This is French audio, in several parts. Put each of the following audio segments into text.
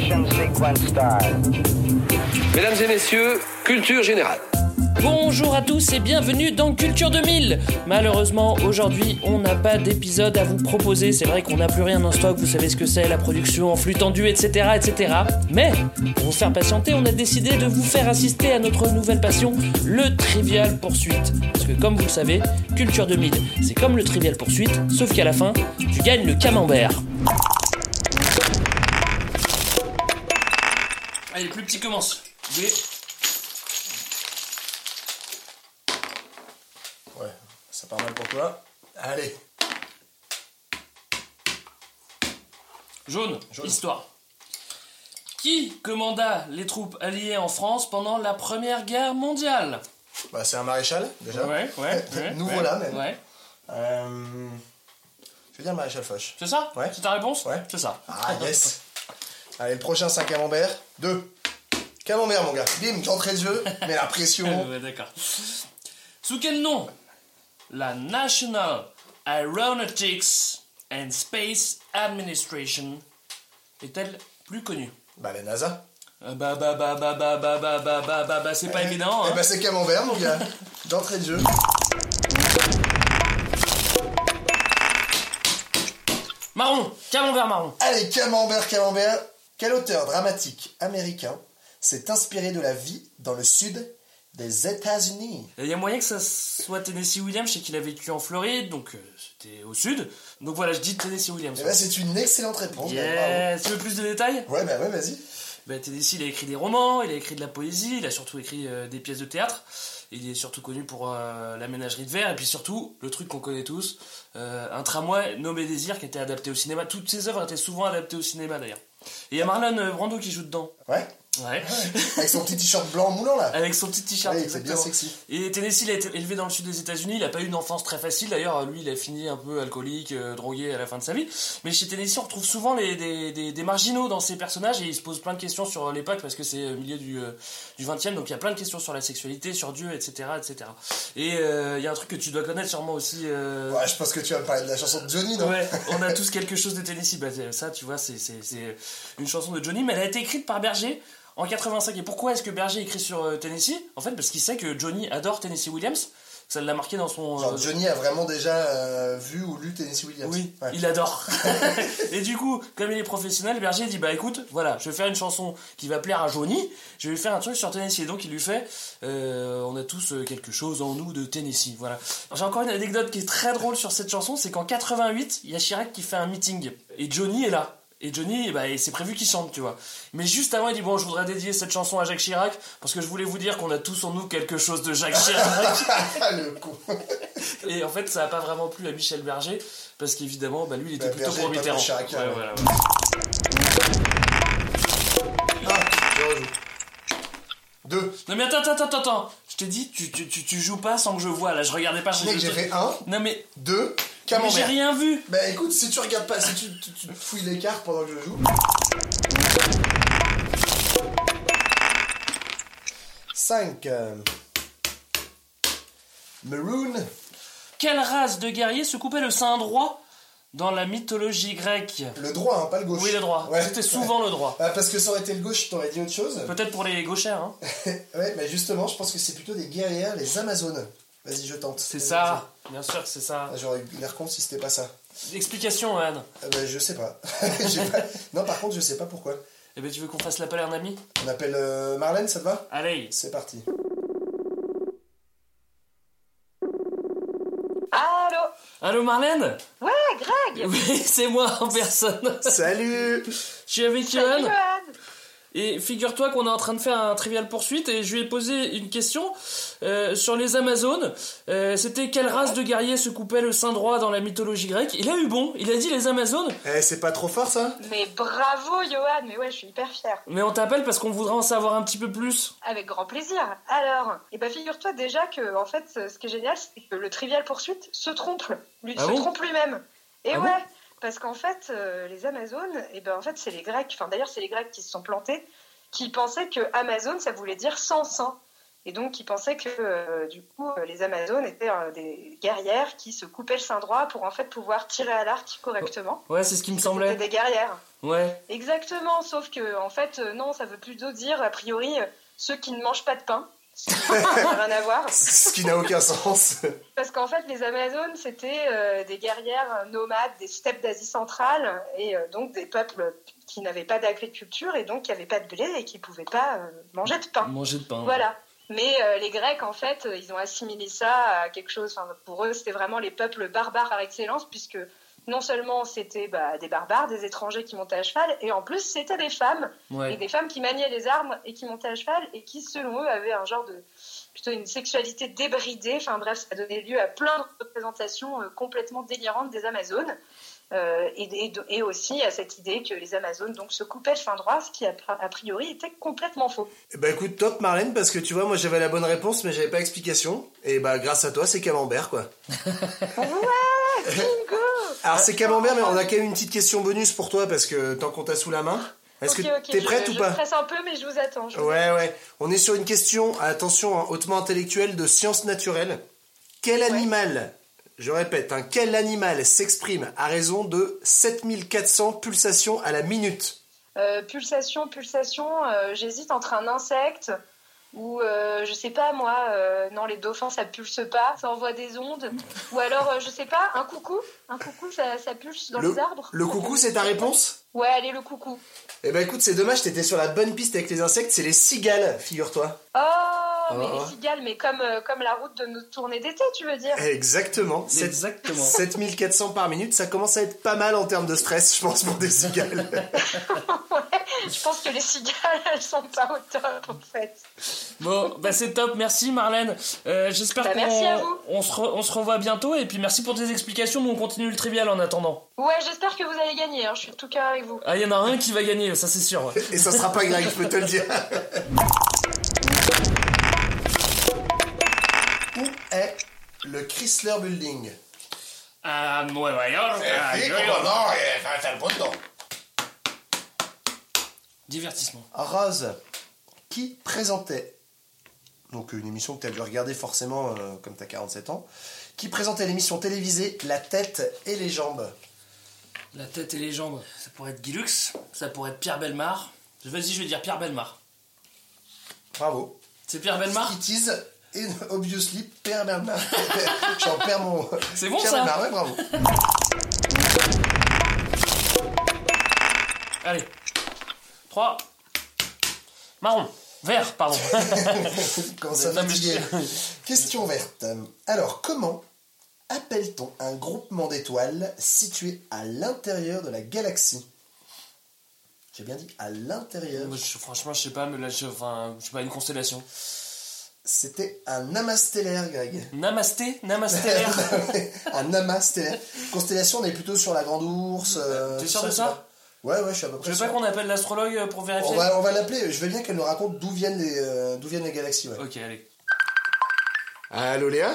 Franklin Stein. Mesdames et messieurs, culture générale. Bonjour à tous et bienvenue dans Culture 2000 Malheureusement, aujourd'hui, on n'a pas d'épisode à vous proposer. C'est vrai qu'on n'a plus rien en stock, vous savez ce que c'est, la production en flux tendu, etc., etc. Mais, pour vous faire patienter, on a décidé de vous faire assister à notre nouvelle passion, le Trivial Poursuite. Parce que, comme vous le savez, Culture 2000, c'est comme le Trivial Poursuite, sauf qu'à la fin, tu gagnes le camembert. Allez, le plus petit commence. Des- Ouais, ça part mal pour toi. Allez, Jaune, Jaune. histoire. Qui commanda les troupes alliées en France pendant la Première Guerre mondiale bah, c'est un maréchal déjà. ouais, Nous voilà, même. Ouais. Euh, je vais dire maréchal Foch. C'est ça Ouais. C'est ta réponse Ouais. C'est ça. Ah yes Allez, le prochain c'est un camembert. Deux. Camembert mon gars. Bim, d'entrée de jeu, mais la pression. Ouais, D'accord. Sous quel nom La National Aeronautics and Space Administration est-elle plus connue bah la NASA. Euh, Bah bah bah bah bah bah bah bah bah bah bah c'est pas évident. Eh hein. bah c'est camembert mon gars. D'entrée de jeu. Marron, camembert marron. Allez, camembert, camembert. Quel auteur dramatique américain s'est inspiré de la vie dans le sud des États-Unis Il y a moyen que ça soit Tennessee Williams, je sais qu'il a vécu en Floride, donc euh, c'était au sud. Donc voilà, je dis Tennessee Williams. Eh bah c'est une excellente réponse. bah, Yes Tu veux plus de détails bravo. Ouais bah ouais, vas-y. bah, Tennessee, il a écrit des romans, il a écrit de la poésie, il a surtout écrit euh, des pièces de théâtre. Il est surtout connu pour euh, la ménagerie de verre, et puis surtout, le truc qu'on connaît tous, euh, un tramway nommé Désir qui a été adapté au cinéma. Toutes ses œuvres étaient souvent adaptées au cinéma d'ailleurs. Et il y a Marlon euh, Brando qui joue dedans. Ouais. Ouais. Avec son petit t-shirt blanc moulant là. Avec son petit t-shirt. Ouais, il était exactement. bien sexy. Et Tennessee, il a été élevé dans le sud des États-Unis. Il n'a pas eu une enfance très facile. D'ailleurs, lui, il a fini un peu alcoolique, euh, drogué à la fin de sa vie. Mais chez Tennessee, on retrouve souvent les, des, des- des marginaux dans ses personnages et il se pose plein de questions sur l'époque parce que c'est au milieu du, euh, du 20e. Donc il y a plein de questions sur la sexualité, sur Dieu, etc. etc. Et euh, il y a un truc que tu dois connaître sûrement aussi. euh, Ouais, je pense que tu vas me parler de la chanson de Johnny, non Ouais, on a tous quelque chose de Tennessee. Bah, euh, ça, tu vois, c'est c'est- c'est une chanson de Johnny, mais elle a été écrite par Berger en 85. Et pourquoi est-ce que Berger écrit sur euh, Tennessee En fait, parce qu'il sait que Johnny adore Tennessee Williams. Ça l'a marqué dans son. Genre euh, Johnny a vraiment déjà euh, vu ou lu Tennessee Williams. oui, Ouais. il adore. et du coup, comme il est professionnel, Berger dit bah écoute, voilà, je vais faire une chanson qui va plaire à Johnny, je vais lui faire un truc sur Tennessee. Et donc il lui fait euh, on a tous euh, quelque chose en nous de Tennessee. Voilà. J'ai encore une anecdote qui est très drôle sur cette chanson, c'est qu'en 88, il y a Chirac qui fait un meeting et Johnny est là. Et Johnny, bah, il- c'est prévu qu'il chante, tu vois. Mais juste avant, il dit Bon, je voudrais dédier cette chanson à Jacques Chirac, parce que je voulais vous dire qu'on a tous en nous quelque chose de Jacques Chirac. Ah, le con. Et en fait, ça n'a pas vraiment plu à Michel Berger, parce qu'évidemment, bah, lui, il était Bah, plutôt Berger pour est pas Mitterrand. pour Chirac, hein, ouais. voilà. Ah, je rejoue. Deux. Non, mais attends, attends, attends, attends. Je t'ai dit, tu, tu, tu, tu joues pas sans que je vois, là, je regardais pas. Mec, Je... j'ai fait un, Non, mais, deux, mais j'ai camembert. rien vu. Bah écoute, si tu regardes pas, si tu, tu, tu te fouilles les cartes pendant que je joue. Cinq. euh, Maroon. Quelle race de guerriers se coupait le sein droit dans la mythologie grecque Le droit, hein, pas le gauche. Oui, le droit. Ouais. C'était souvent le droit. Ah, parce que ça aurait été le gauche, je t'aurais dit autre chose. Peut-être pour les gauchères, hein. Ouais, mais justement, je pense que c'est plutôt des guerrières, les Amazones. Vas-y, je tente. C'est Vas-y, ça. Bien sûr que c'est ça. vas-y. Ah, J'aurais eu l'air con si c'était pas ça. Explication, Anne. Ah, bah, je sais pas. J'ai pas- Non, par contre, je sais pas pourquoi. Eh ben, tu veux qu'on fasse l'appel à un ami On appelle euh, Marlène, ça te va Allez. C'est parti. Allô Allô, Marlène Ouais, Greg Oui, c'est moi en personne. Salut Je suis avec Salut, Johan. Johan. Et figure-toi qu'on est en train de faire un trivial poursuite et je lui ai posé une question euh, sur les Amazones. Euh, C'était quelle race de guerriers se coupait le sein droit dans la mythologie grecque Il a eu bon, il a dit les Amazones, Eh, c'est pas trop fort ça Mais bravo, Johan Mais ouais, je suis hyper fière. mais on t'appelle parce qu'on voudrait en savoir un petit peu plus. Avec grand plaisir. Alors, et bah figure-toi déjà que, en fait, ce qui est génial, c'est que le Trivial Poursuite se trompe. Lui, Ah se bon trompe lui-même. Et Ah ouais Parce qu'en fait, euh, les Amazones, et ben en fait, c'est les Grecs, enfin d'ailleurs, c'est les Grecs qui se sont plantés, qui pensaient que Amazon, ça voulait dire sans sang. Et donc, ils pensaient que, euh, du coup, les Amazones étaient euh, des guerrières qui se coupaient le sein droit pour, en fait, pouvoir tirer à l'arc correctement. Ouais, c'est ce qui me C'était semblait. des guerrières. Ouais. Exactement, sauf que, en fait, euh, non, ça veut plutôt dire, a priori, euh, ceux qui ne mangent pas de pain. ça n'a rien à voir. Ce qui n'a aucun sens. Parce qu'en fait, les Amazones, c'était euh, des guerrières nomades des steppes d'Asie centrale et euh, donc des peuples qui n'avaient pas d'agriculture et donc qui n'avaient pas de blé et qui ne pouvaient pas euh, manger de pain. Manger de pain. Voilà. Mais euh, les Grecs, en fait, euh, ils ont assimilé ça à quelque chose. Enfin, pour eux, c'était vraiment les peuples barbares par excellence, puisque non seulement c'était bah, des barbares, des étrangers qui montaient à cheval, et en plus, c'était des femmes, et Ouais. des femmes qui maniaient les armes et qui montaient à cheval, et qui, selon eux, avaient un genre de. plutôt une sexualité débridée. Enfin, bref, ça donnait lieu à plein de représentations euh, complètement délirantes des Amazones. euh, et, et- et aussi à cette idée que les Amazones donc, se coupaient le fin droit, ce qui a a priori était complètement faux. Eh Bah écoute, top Marlène, parce que tu vois, moi j'avais la bonne réponse, mais j'avais pas explication. Et bah grâce à toi, c'est Camembert quoi. Bingo Alors c'est Camembert, mais on a quand même une petite question bonus pour toi, parce que tant qu'on t'a sous la main. Est-ce Ok, que ok, t'es je- prête ou pas Je presse un peu, mais je vous attends. je vous Ouais, ouais. On est sur une question, attention, hein, hautement intellectuelle de sciences naturelles. Quel animal, je répète, hein, quel animal s'exprime à raison de 7400 pulsations à la minute attends. Euh, pulsation, pulsation, euh, j'hésite entre un insecte ou, euh, je sais pas moi, euh, non, les dauphins ça pulse pas, ça envoie des ondes. ou alors, euh, je sais pas, un coucou Un coucou ça, ça pulse dans les arbres Le coucou, c'est ta réponse Ouais, allez, le coucou. Oh, Eh ben écoute, c'est dommage, t'étais sur la bonne piste avec les insectes, c'est les cigales, figure-toi. Oh, Ah, mais Oh. les cigales, mais comme, euh, comme la route de notre tournée d'été, tu veux dire Exactement. Sept- Exactement. 7400 par minute, ça commence à être pas mal en termes de stress, je pense, pour des cigales. Je pense que les cigales, elles sont pas au top en fait. Bon, bah c'est top. Merci Marlène. Euh, J'espère Bah, qu'on merci à vous. on se, re- on se revoit bientôt. Et puis merci pour tes explications. Nous on continue le trivial en attendant. Ouais, j'espère que vous allez gagner, hein, je suis en tout cas avec vous. Ah, il y en a un qui va gagner, ça c'est sûr. ouais. Et ça sera pas Greg, je peux te le dire. Où est le Chrysler Building À Nueva York. à New York. Divertissement. Rose, qui présentait, donc une émission que tu as dû regarder forcément euh, comme tu as 47 ans, qui présentait l'émission télévisée La tête et les jambes La tête et les jambes. Ça pourrait être Guilux. Ça pourrait être Pierre Belmar. Vas-y, je vais dire Pierre Belmar. Bravo. C'est Pierre Belmar It is in- obviously Pierre Bernard. J'en perds mon. C'est bon, Pierre ça Bernard, ouais, bravo. Allez. 3. Marron. Vert, pardon. Comment ça Non, mais fatigué. je- Question verte. Alors, comment appelle-t-on un groupement d'étoiles situé à l'intérieur de la galaxie J'ai bien dit à l'intérieur. Euh, Moi, je- franchement, je sais pas, mais là, je, enfin, je sais pas, une constellation. C'était un amas stellaire, Greg. Namasté Namasté l'air. un amas stellaire. Constellation, on est plutôt sur la Grande Ours. euh, T'es tout sûr de c'est ça pas- Ouais, ouais, je suis à peu Je près veux pas sûr. qu'on appelle l'astrologue euh, pour vérifier. On va, on va l'appeler. Je veux bien qu'elle nous raconte d'où viennent les, euh, d'où viennent les galaxies. Ouais. Ok, allez. Allô, Léa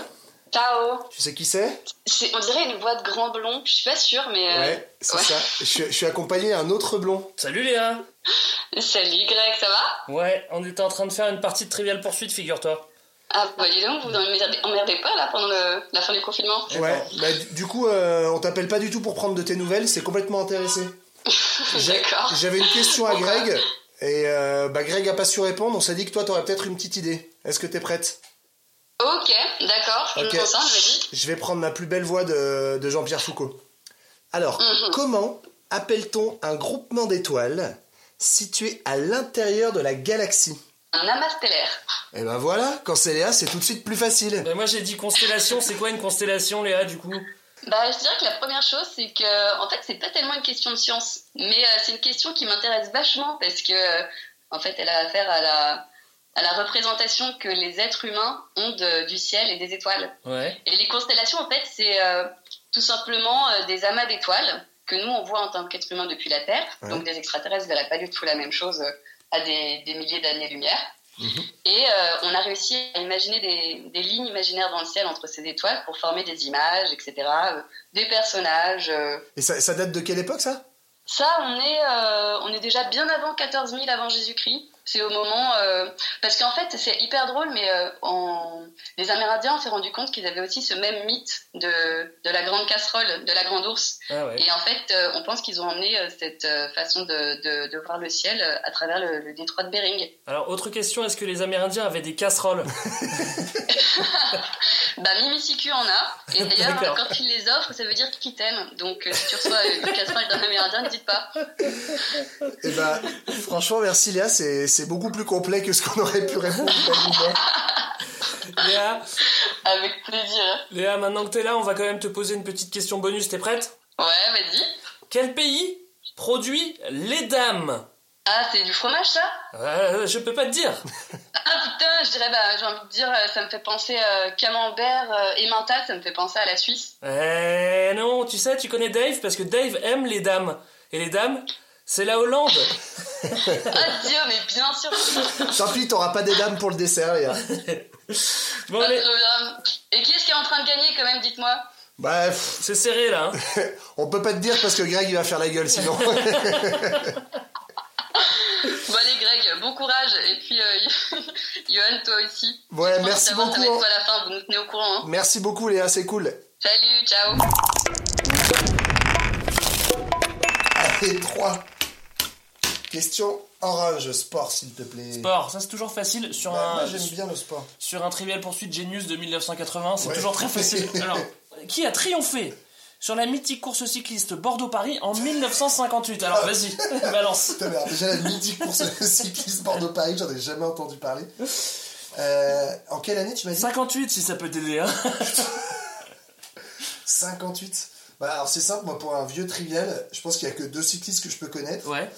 Ciao. Tu sais qui c'est C'est- On dirait une boîte grand blond. Je suis pas sûre, mais. euh, c'est ouais. ça. Je, je suis accompagné d'un autre blond. Salut Léa Salut Greg, ça va Ouais, on était en train de faire une partie de Trivial Poursuite, figure-toi. Ah bah dis donc, vous m'emmerdez emmerdez pas là pendant le- la fin du confinement Ouais, bah, du- du coup, euh, on t'appelle pas du tout pour prendre de tes nouvelles, c'est complètement intéressé. D'accord. bah. J'avais une question à Pourquoi Greg, et euh, bah, Greg a pas su répondre, on s'est dit que toi t'aurais peut-être une petite idée. Est-ce que t'es prête Ok, d'accord, je Ok. me concentre, vas-y. Je vais prendre la plus belle voix de, de Jean-Pierre Foucault. Alors, Mhm. comment appelle-t-on un groupement d'étoiles situé à l'intérieur de la galaxie Un amas stellaire. Et ben voilà, quand c'est Léa, c'est tout de suite plus facile. Bah, moi j'ai dit constellation, c'est quoi une constellation Léa du coup Bah je dirais que la première chose, c'est que en fait c'est pas tellement une question de science, mais euh, c'est une question qui m'intéresse vachement parce que euh, en fait elle a affaire à la, à la représentation que les êtres humains ont de- du ciel et des étoiles. Ouais. Et les constellations, en fait, c'est euh, tout simplement euh, des amas d'étoiles que nous, on voit en tant qu'êtres humains depuis la Terre. Ouais. Donc, des extraterrestres ne verraient pas du tout la même chose euh, à des, des milliers d'années-lumière. Mhm. Et euh, on a réussi à imaginer des, des lignes imaginaires dans le ciel entre ces étoiles pour former des images, etc., euh, des personnages. euh. Et ça, ça date de quelle époque ça Ça, on est, euh, on est déjà bien avant 14 000 avant Jésus-Christ. C'est au moment. euh, parce qu'en fait, c'est hyper drôle, mais euh, en- les Amérindiens s'est rendu compte qu'ils avaient aussi ce même mythe de, de la grande casserole, de la grande ours. Ah ouais. Et en fait, euh, on pense qu'ils ont emmené euh, cette euh, façon de, de, de voir le ciel euh, à travers le, le détroit de Bering. Alors, autre question, est-ce que les Amérindiens avaient des casseroles Bah, Mimicicu en a. Et D'accord. d'ailleurs, quand il les offre, ça veut dire qu'il t'aime. Donc, euh, si tu reçois euh, une casserole d'un Amérindien, ne dis pas. Eh ben, franchement, merci Léa, c'est c'est beaucoup plus complet que ce qu'on aurait pu répondre. imaginez. Léa, Avec plaisir. Léa, maintenant que t'es là, on va quand même te poser une petite question bonus, t'es prête Ouais, vas-y. Quel pays produit les dames Ah, c'est du fromage, ça Euh, Je peux pas te dire. Ah putain, je dirais, bah, j'ai envie de dire, euh, ça me fait penser euh, camembert et mental, ça me fait penser à la Suisse. Eh non, tu sais, tu connais Dave parce que Dave aime les dames. Et les dames, c'est la Hollande. Ah Dieu, mais bien sûr. Tant pis, t'auras pas des dames pour le dessert, Léa. Bon, Pas de allez, problème. Et qui est-ce qui est en train de gagner quand même, dites-moi Bref, c'est serré là. hein. on peut pas te dire parce que Greg il va faire la gueule sinon. Bon allez Greg, bon courage et puis euh, Johan toi aussi. Ouais, Je pense merci que ça va, Ça va beaucoup. hein. être toi à la fin, vous nous tenez au courant. hein. Merci beaucoup Léa, c'est cool. Salut, ciao. Allez, 3. Question orange, sport s'il te plaît. Sport, ça c'est toujours facile sur Bah, un moi j'aime bien le sport. sur un Trivial Poursuite Genius de 1980, c'est Ouais. toujours très facile. Alors, qui a triomphé sur la mythique course cycliste Bordeaux-Paris en 1958 Alors vas-y, balance. Putain, mais alors, déjà la midi course cycliste Bordeaux-Paris, j'en ai jamais entendu parler. Euh, en quelle année tu m'as dit 58 si ça peut t'aider. Hein. 58. Bah, alors c'est simple, moi pour un vieux trivial, je pense qu'il y a que deux cyclistes que je peux connaître. Ouais,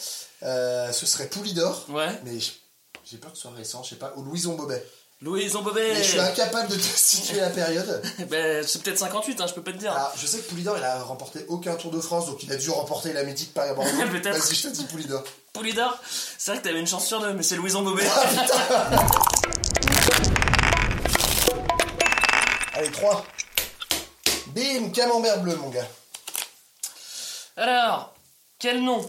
Euh, ce serait Poulidor, ouais. mais j- j'ai peur que ce soit récent, je sais pas, ou Louison Bobet. Louison Mais Bobet. je suis incapable de te situer la période. Ben, c'est peut-être 58, hein, je peux pas te dire. Alors, je sais que Poulidor, il a remporté aucun Tour de France, donc il a dû remporter la mythique Paris-Bordeaux. Peut-être. Vas-y, je te dis Poulidor. Poulidor, c'est vrai que t'avais une chance sur deux, mais c'est Louison Bobet. Ah. Allez, 3. Bim, camembert bleu, mon gars. Alors, quel nom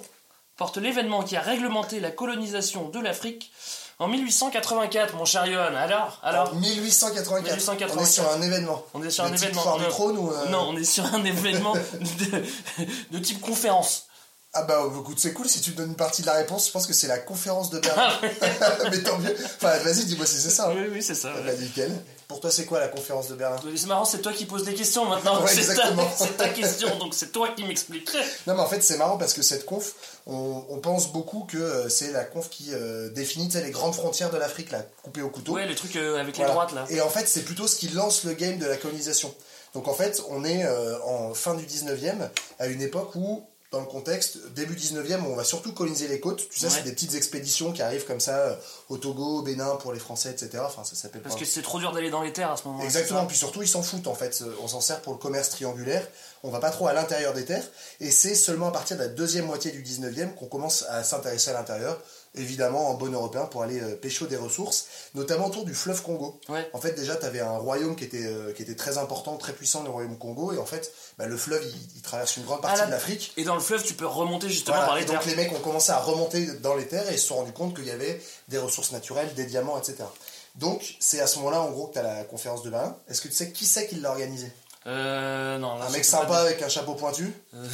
porte l'événement qui a réglementé la colonisation de l'Afrique en 1884, mon cher Johan Alors, alors 1884. On est sur un événement. On est sur Ah. Le un type événement. foire du Non. trône ou. euh, Non, on est sur un événement de, de type conférence. Ah bah, écoute, c'est cool si tu me donnes une partie de la réponse. Je pense que c'est la conférence de Berlin. Ah ouais. Mais tant mieux. Enfin, vas-y, dis-moi si c'est ça. hein. oui, oui, c'est ça. Ah ouais. bah, nickel. Pour toi, c'est quoi la conférence de Berlin Mais C'est marrant, c'est toi qui poses les questions maintenant. Ouais, c'est, ta, exactement. c'est ta question, donc c'est toi qui m'expliques. Non, mais en fait, c'est marrant parce que cette conf, on, on pense beaucoup que euh, c'est la conf qui euh, définit tu sais, les grandes frontières de l'Afrique, là, coupée au couteau. Ouais, les trucs euh, avec les Voilà. droites là. Et en fait, c'est plutôt ce qui lance le game de la colonisation. Donc en fait, on est euh, en fin du 19e, à une époque où, dans le contexte, début 19e, on va surtout coloniser les côtes. Tu sais, Ouais. c'est des petites expéditions qui arrivent comme ça euh, au Togo, au Bénin pour les Français, etc. Enfin, ça s'appelle Parce pas- que c'est trop dur d'aller dans les terres à ce moment-là. Exactement, puis surtout ils s'en foutent en fait, on s'en sert pour le commerce triangulaire, on va pas trop à l'intérieur des terres, et c'est seulement à partir de la deuxième moitié du 19e qu'on commence à s'intéresser à l'intérieur, évidemment en bon européen pour aller euh, pécho des ressources, notamment autour du fleuve Congo. Ouais. En fait déjà tu avais un royaume qui était, euh, qui était très important, très puissant, le royaume Congo, et en fait bah, le fleuve il, il traverse une grande partie Ah là- de l'Afrique, Et dans le fleuve, tu peux remonter justement voilà, par les et donc terres. les mecs ont commencé à remonter dans les terres et se sont rendus compte qu'il y avait des ressources naturelles, des diamants, etc. Donc c'est à ce moment-là en gros que tu as la conférence de Berlin. Est-ce que tu sais qui c'est qui l'a organisée Euh, non, là, Un je mec sais pas sympa avec un chapeau pointu Euh,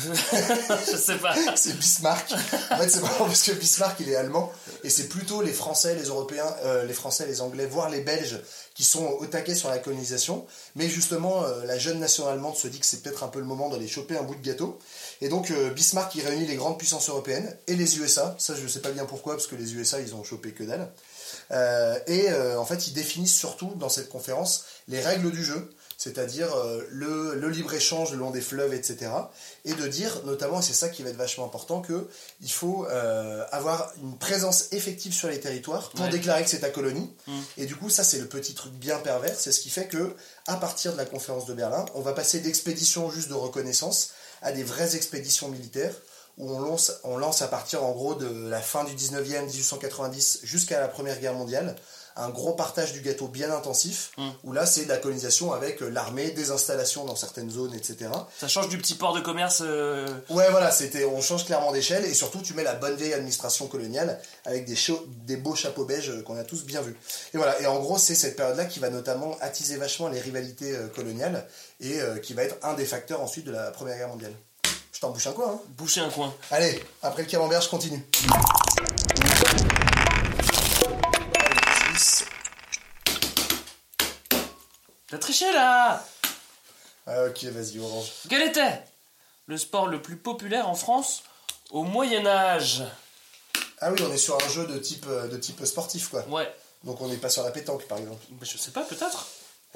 je sais pas. C'est Bismarck. en fait c'est marrant parce que Bismarck il est allemand et c'est plutôt les Français, les Européens, euh, les Français, les Anglais, voire les Belges qui sont au taquet sur la colonisation. Mais justement euh, la jeune nation allemande se dit que c'est peut-être un peu le moment d'aller choper un bout de gâteau. Et donc euh, Bismarck il réunit les grandes puissances européennes et les USA. Ça je sais pas bien pourquoi parce que les USA ils ont chopé que dalle. Euh, et euh, en fait ils définissent surtout dans cette conférence les règles du jeu, c'est-à-dire euh, le, le libre échange le long des fleuves, etc. Et de dire notamment, et c'est ça qui va être vachement important, que il faut euh, avoir une présence effective sur les territoires pour Ouais. déclarer que c'est ta colonie. Mm. Et du coup ça c'est le petit truc bien pervers, c'est ce qui fait que à partir de la conférence de Berlin, on va passer d'expéditions juste de reconnaissance à des vraies expéditions militaires où on lance, on lance à partir en gros de la fin du 19e, 1890 jusqu'à la Première Guerre mondiale, un gros partage du gâteau bien intensif, Mm. où là c'est de la colonisation avec euh, l'armée, des installations dans certaines zones, etc. Ça change du petit port de commerce. euh, Ouais, voilà, c'était, on change clairement d'échelle et surtout tu mets la bonne vieille administration coloniale avec des, chao- des beaux chapeaux beiges euh, qu'on a tous bien vus. Et voilà, et en gros, c'est cette période-là qui va notamment attiser vachement les rivalités euh, coloniales et euh, qui va être un des facteurs ensuite de la Première Guerre mondiale. Je t'en bouche un coin, hein Boucher un coin. Allez, après le camembert, je continue. T'as triché là Ah, ok, vas-y, orange. Quel était le sport le plus populaire en France au Moyen Âge Ah oui, on est sur un jeu de type, euh, de type sportif, quoi. Ouais. Donc on n'est pas sur la pétanque, par exemple. Bah, je sais pas, peut-être.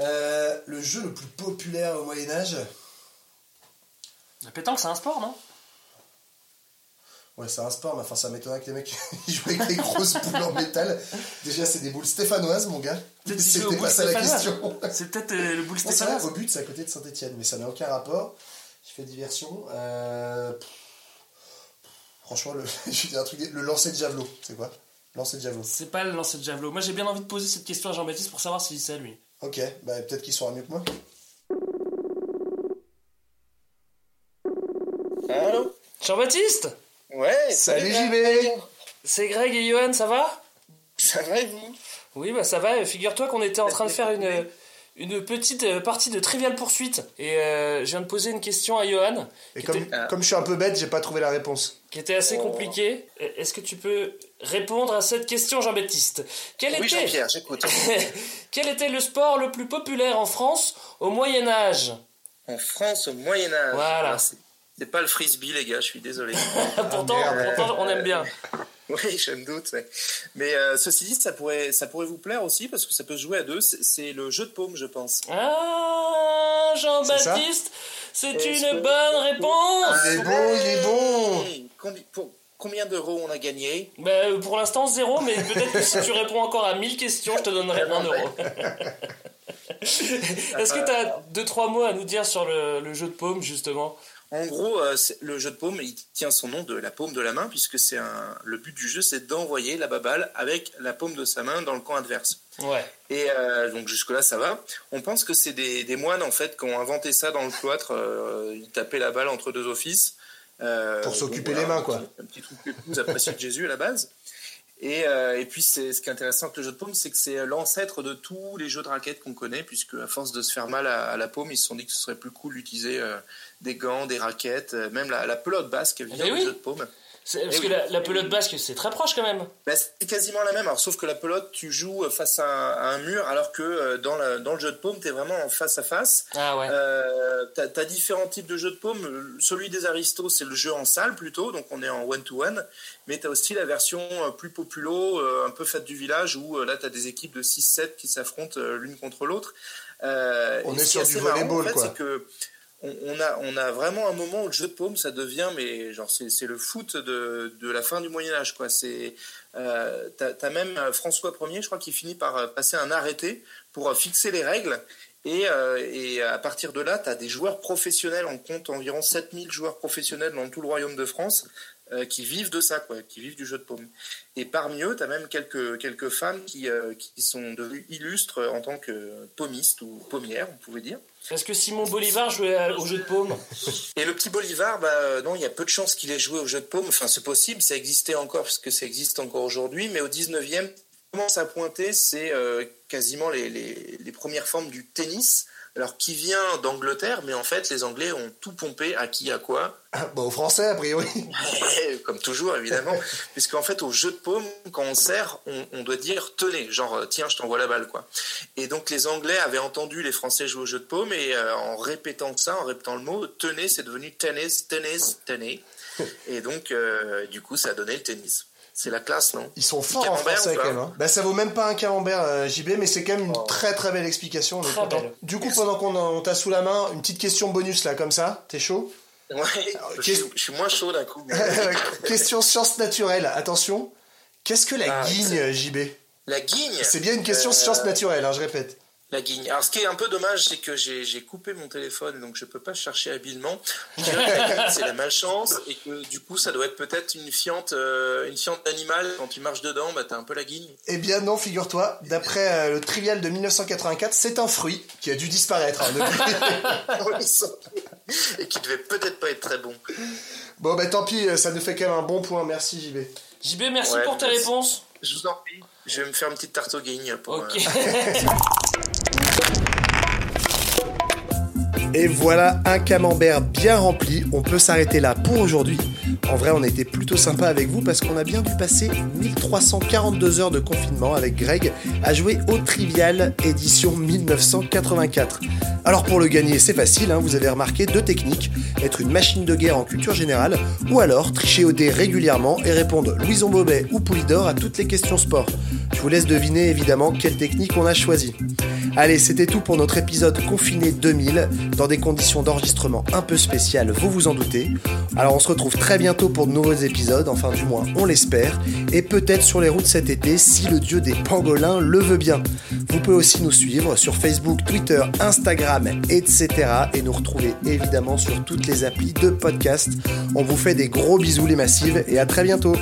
Euh, le jeu le plus populaire au Moyen-Âge La pétanque, c'est un sport, non Ouais, c'est un sport, mais enfin, ça m'étonnerait que les mecs ils jouent avec des grosses boules en métal. Déjà, c'est des boules stéphanoises, mon gars. Peut-être qu'ils jouent aux C'était boules pas ça la stéphanoises. question. C'est peut-être euh, le boule Bon, c'est vrai, stéphanoise. au but, c'est à côté de Saint-Etienne, mais ça n'a aucun rapport. Je fais diversion. Euh, pff, Franchement, le... je vais dire un truc, le lancer de javelot, c'est quoi Lancer de javelot. C'est pas le lancer de javelot. Moi, j'ai bien envie de poser cette question à Jean-Baptiste pour savoir si c'est lui. Ok, bah peut-être qu'il saura mieux que moi. Allô Jean-Baptiste Ouais Salut, Greg. JB. C'est Greg et Johan, ça va Ça va et vous Oui, bah ça va. Euh, Figure-toi qu'on était en train de faire une, une petite euh, partie de Trivial Poursuite. Et euh, je viens de poser une question à Johan Et Qui comme, était- comme je suis un peu bête, j'ai pas trouvé la réponse. qui était assez Oh. compliquée. Euh, Est-ce que tu peux répondre à cette question, Jean-Baptiste Quel Oui était... Jean-Pierre, j'écoute. Quel était le sport le plus populaire en France au Moyen Âge En France, au Moyen-Âge. Voilà. Alors, c'est- C'est pas le frisbee, les gars, je suis désolé. pourtant, merde. pourtant, on aime bien. oui, je me doute. ouais. Mais euh, ceci dit, ça pourrait, ça pourrait vous plaire aussi parce que ça peut se jouer à deux. C'est c'est le jeu de paume, je pense. Ah, Jean-Baptiste, c'est Est-ce une que- bonne réponse Il est bon, il est bon. Hey, combi- pour- Combien d'euros on a gagné Bah, euh, Pour l'instant, zéro, mais peut-être que si tu réponds encore à 1000 questions, je te donnerai un euro. Est-ce Euh, que tu as deux, trois mots à nous dire sur le, le jeu de paume, justement En gros, euh, c'est- le jeu de paume, il tient son nom de la paume de la main, puisque c'est un... le but du jeu, c'est d'envoyer la baballe avec la paume de sa main dans le camp adverse. Ouais. Et euh, donc jusque-là, ça va. On pense que c'est des, des moines, en fait, qui ont inventé ça dans le cloître. euh, ils tapaient la balle entre deux offices. euh, Pour donc, s'occuper voilà, les mains, quoi. Un petit truc que nous apprécions de Jésus à la base. Et, euh, et puis, c'est, ce qui est intéressant avec le jeu de paume, c'est que c'est l'ancêtre de tous les jeux de raquettes qu'on connaît, puisque à force de se faire mal à, à la paume, ils se sont dit que ce serait plus cool d'utiliser euh, des gants, des raquettes, euh, même la, la pelote basque vient Eh du oui. jeu de paume. C'est- Parce Eh que oui. la, la pelote basque, c'est très proche quand même. Bah, c'est quasiment la même, alors, sauf que la pelote, tu joues euh, face à un, à un mur, alors que euh, dans, la- dans le jeu de paume, tu es vraiment en face à face. Ah ouais. Euh, t'as, t'as différents types de jeux de paume. Euh, Celui des aristos, c'est le jeu en salle plutôt, donc on est en one-to-one. Mais t'as aussi la version euh, plus populo, euh, un peu fête du village, où euh, là t'as des équipes de 6-7 qui s'affrontent euh, l'une contre l'autre. Euh, On est et ce qui sur assez du marrant, volleyball, en fait, quoi. C'est que on, on a, on a vraiment un moment où le jeu de paume, ça devient, mais genre c'est, c'est le foot de, de la fin du Moyen Âge, quoi. C'est euh, t'as, t'as même euh, François Ier, je crois, qui finit par euh, passer un arrêté pour euh, fixer les règles. Et, euh, et à partir de là, tu as des joueurs professionnels, on compte environ 7000 joueurs professionnels dans tout le royaume de France euh, qui vivent de ça, quoi, qui vivent du jeu de paume. Et parmi eux, tu as même quelques, quelques femmes qui, euh, qui sont devenues illustres en tant que paumistes ou paumières, on pouvait dire. Est-ce que Simon Bolivar jouait à- au jeu de paume Et le petit Bolivar, bah, euh, non, il y a peu de chances qu'il ait joué au jeu de paume. Enfin, c'est possible, ça existait encore, parce que ça existe encore aujourd'hui. Mais au 19e, comment ça pointer C'est euh, quasiment les, les- les premières formes du tennis. Alors, qui vient d'Angleterre, mais en fait, les Anglais ont tout pompé à qui, à quoi. Ah, Bah, aux Français, a priori. Comme toujours, évidemment. Puisqu'en fait, au jeu de paume, quand on sert, on, on doit dire tenez, genre euh, tiens, je t'envoie la balle, quoi. Et donc, les Anglais avaient entendu les Français jouer au jeu de paume, et euh, en répétant ça, en répétant le mot tenez, c'est devenu tennis, tennis, tennis. Et donc, euh, du coup, ça a donné le tennis. C'est la classe, non Ils sont forts en Camembert français ou pas quand même. hein. Bah, ça vaut même pas un camembert euh, JB, mais c'est quand même une Oh. très très belle explication. On est Très content. belle. Du coup, pendant qu'on en- on t'a sous la main, une petite question bonus là, comme ça. T'es chaud Ouais, Alors, je, qu'est-ce- suis, je suis moins chaud d'un coup. mais- Question science naturelle. Attention. Qu'est-ce que la Ah, guigne, JB la guigne C'est bien une question Euh, science naturelle, hein, je répète. la guigne. Alors, ce qui est un peu dommage, c'est que j'ai j'ai coupé mon téléphone, donc je peux pas chercher habilement. Je dirais que la guigne, c'est la malchance, et que du coup, ça doit être peut-être une fiente, euh, une fiente animale. Quand tu marches dedans, bah, t'as un peu la guigne. Eh bien non, figure-toi, d'après euh, le trivial de 1984, c'est un fruit qui a dû disparaître. hein, depuis- On le sent. Et qui devait peut-être pas être très bon. bon bah tant pis, euh, ça nous fait quand même un bon point, merci JB. JB, merci Ouais, pour ta merci. réponse. Je vous en prie. Je vais me faire une petite tarte aux guignes pour. Ok. euh, Et voilà un camembert bien rempli, on peut s'arrêter là pour aujourd'hui. En vrai, on était plutôt sympa avec vous parce qu'on a bien dû passer 1342 heures de confinement avec Greg à jouer au Trivial édition 1984. Alors pour le gagner, c'est facile, hein, vous avez remarqué deux techniques, être une machine de guerre en culture générale ou alors tricher au dé régulièrement et répondre Louison Bobet ou Poulidor à toutes les questions sport. Je vous laisse deviner évidemment quelle technique on a choisie. Allez, c'était tout pour notre épisode confiné 2000 dans des conditions d'enregistrement un peu spéciales, vous vous en doutez. Alors on se retrouve très bientôt pour de nouveaux épisodes, enfin du moins on l'espère, et peut-être sur les routes cet été si le dieu des pangolins le veut bien. Vous pouvez aussi nous suivre sur Facebook, Twitter, Instagram, etc. et nous retrouver évidemment sur toutes les applis de podcast. On vous fait des gros bisous les massives et à très bientôt.